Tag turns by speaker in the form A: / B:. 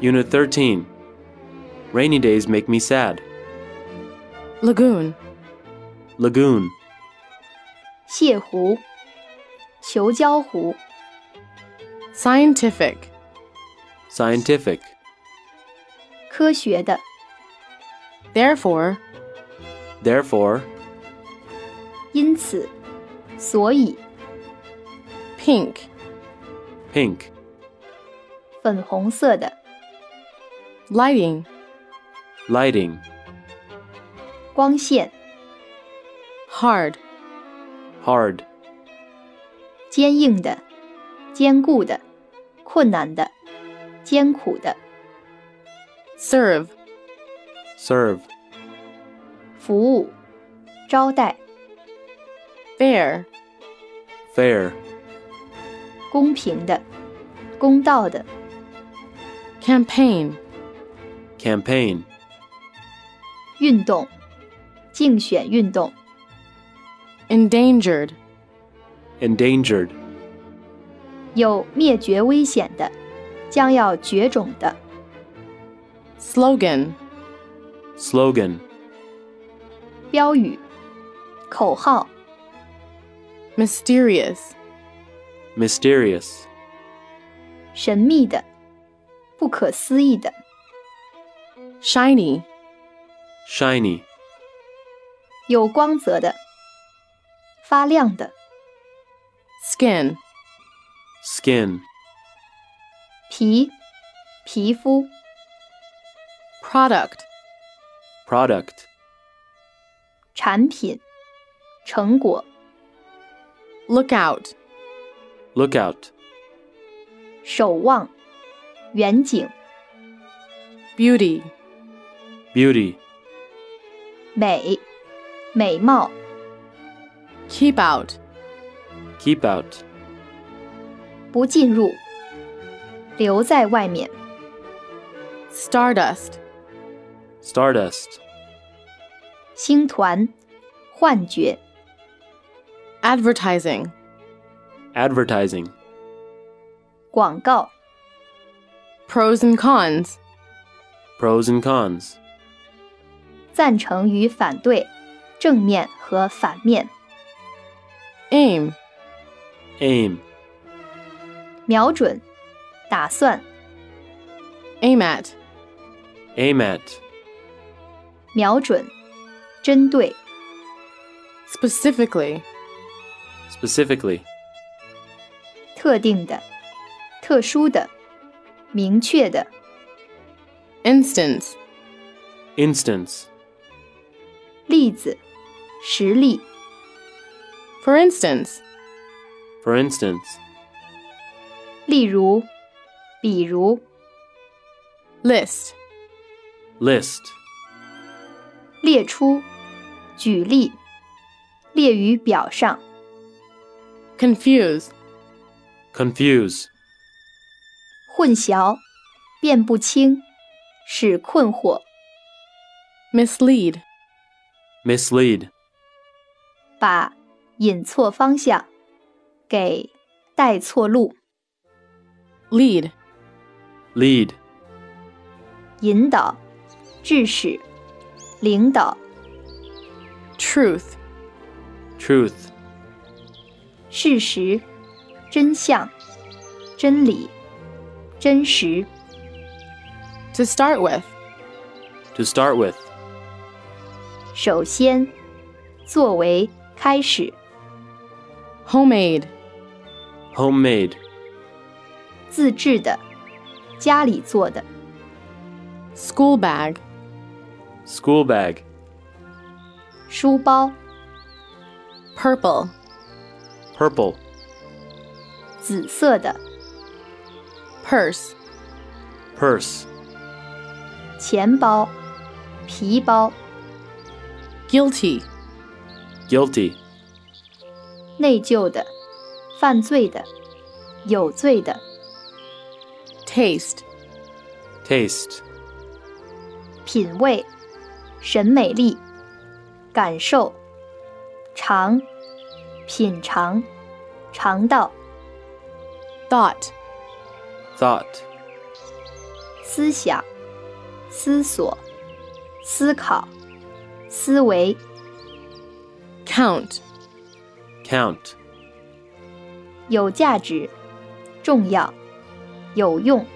A: Unit 13. Rainy days make me sad.
B: lagoon,
A: Lagoon.
C: 泻湖、球礁湖、
B: scientific,
A: Scientific.
C: 科学的、
B: therefore,
A: Therefore.
C: 因此、所以、
B: pink,
A: Pink.
C: 粉红色的、
B: lighting,
A: Lighting.
C: 光线、
B: hard,
A: Hard.
C: 坚硬的、坚固的、困难的、艰苦的、
B: serve,
A: Serve.
C: 服务、招待、
B: fair,
A: Fair.
C: 公平的、公道的、
B: campaign,
A: Campaign.
C: 运动、竞选运动、
B: endangered,
A: Endangered.
C: 有灭绝危险的、将要绝种的、
B: slogan,
A: Slogan.
C: 标语、口号、
B: mysterious,
A: Mysterious.
C: 神秘的、不可思议的、
B: shiny,
A: Shiny.
C: 有光泽的、发亮的、
B: skin,
A: Skin.
C: 皮、皮肤、
B: product,
A: Product.
C: 产品、成果、
B: lookout,
A: Lookout.
C: 守望、远景、
B: beauty,
A: Beauty.
C: 美、美貌、
B: keep out,
A: Keep out.
C: 不进入、留在外面、
B: stardust,
A: Stardust.
C: 星团、幻觉、
B: advertising,
A: Advertising.
C: 广告、
B: pros and cons,
A: Pros and cons.
C: 赞成与反对、正面和反面、
B: aim,
A: Aim.
C: 瞄准、打算、
B: aim at,
A: Aim at.
C: 瞄准、针对、
B: specifically,
A: Specifically.
C: 特定的、特殊的、明确的。
B: instance,
A: Instance.
C: 例子、实例、
B: for instance,
A: For instance.
C: 例如、比如、
B: list,
A: List.
C: 列出、举例、列于表上、
B: confuse,
A: Confuse.
C: 混淆、辨不清、使困惑、
B: mislead,
A: Mislead.
C: 把引错方向、给带错路、
B: lead,
A: Lead.
C: 引导、致使、领导、
B: truth,
A: Truth.
C: 事实、真相、真理、真实、
B: to start with,
A: To start with.
C: 首先、作为、开始、
B: homemade,
A: Homemade.
C: 自制的、家里做的。
B: school bag,
A: School bag.
C: 书包、
B: purple,
A: Purple.
C: 紫色的、
B: purse,
A: Purse.
C: 钱包、皮包、
B: guilty,
A: Guilty.
C: 内疚的、犯罪的、有罪的、
B: taste,
A: Taste.
C: 品味、审美力、感受、尝、品尝、尝到、
B: thought,
A: Thought.
C: 思想、思索、思考、思维、
B: count,
A: count,
C: 有价值、重要、有用。